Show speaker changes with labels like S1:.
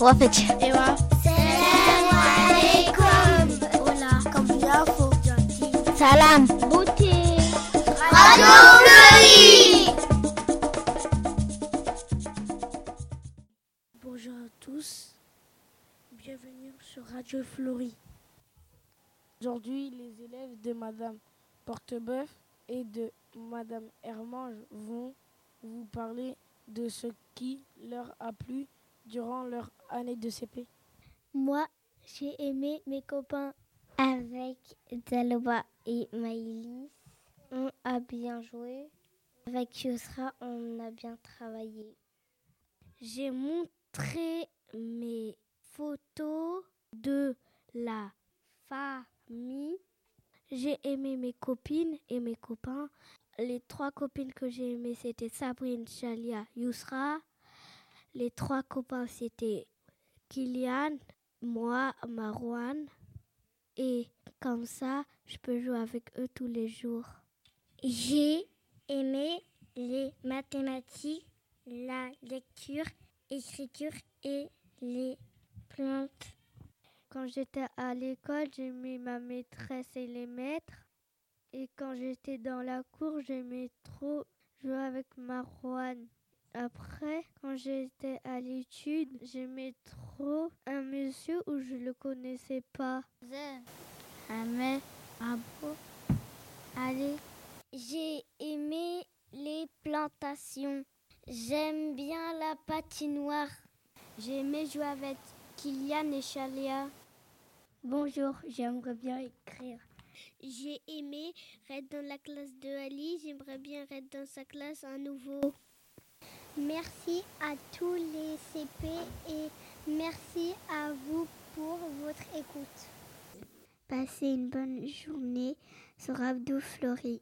S1: Rafiki.
S2: Ewa.
S3: Salamu alaikum.
S2: Hola. Kamjambo. Jambo.
S1: Salam.
S2: Buti.
S3: Radio Fleury.
S2: Bonjour à tous. Bienvenue sur Radio Flori.
S4: Aujourd'hui, les élèves de Madame Portebeuf et de Madame Hermange vont vous parler de ce qui leur a plu durant leur année de CP.
S5: Moi, j'ai aimé mes copains avec Daloba et Maïlis. On a bien joué. Avec Yosra, on a bien travaillé. J'ai montré mes photos de la famille. J'ai aimé mes copines et mes copains. Les trois copines que j'ai aimées, c'était Sabrine, Chalia, Yusra. Les trois copains, c'était Kylian, moi, Marouane. Et comme ça, je peux jouer avec eux tous les jours.
S6: J'ai aimé les mathématiques, la lecture, écriture et les plantes.
S5: Quand j'étais à l'école, j'aimais ma maîtresse et les maîtres. Et quand j'étais dans la cour, j'aimais trop jouer avec Marouane. Après, quand j'étais à l'étude, j'aimais trop un monsieur où je le connaissais pas.
S7: Ahmed, Abou, Ali.
S8: J'ai aimé les plantations. J'aime bien la patinoire. J'ai aimé jouer avec Kylian et Chalia.
S9: Bonjour, j'aimerais bien écrire.
S10: J'ai aimé être dans la classe de Ali. J'aimerais bien être dans sa classe à nouveau.
S11: Merci à tous les CP et merci à vous pour votre écoute.
S12: Passez une bonne journée sur Abdou Flori.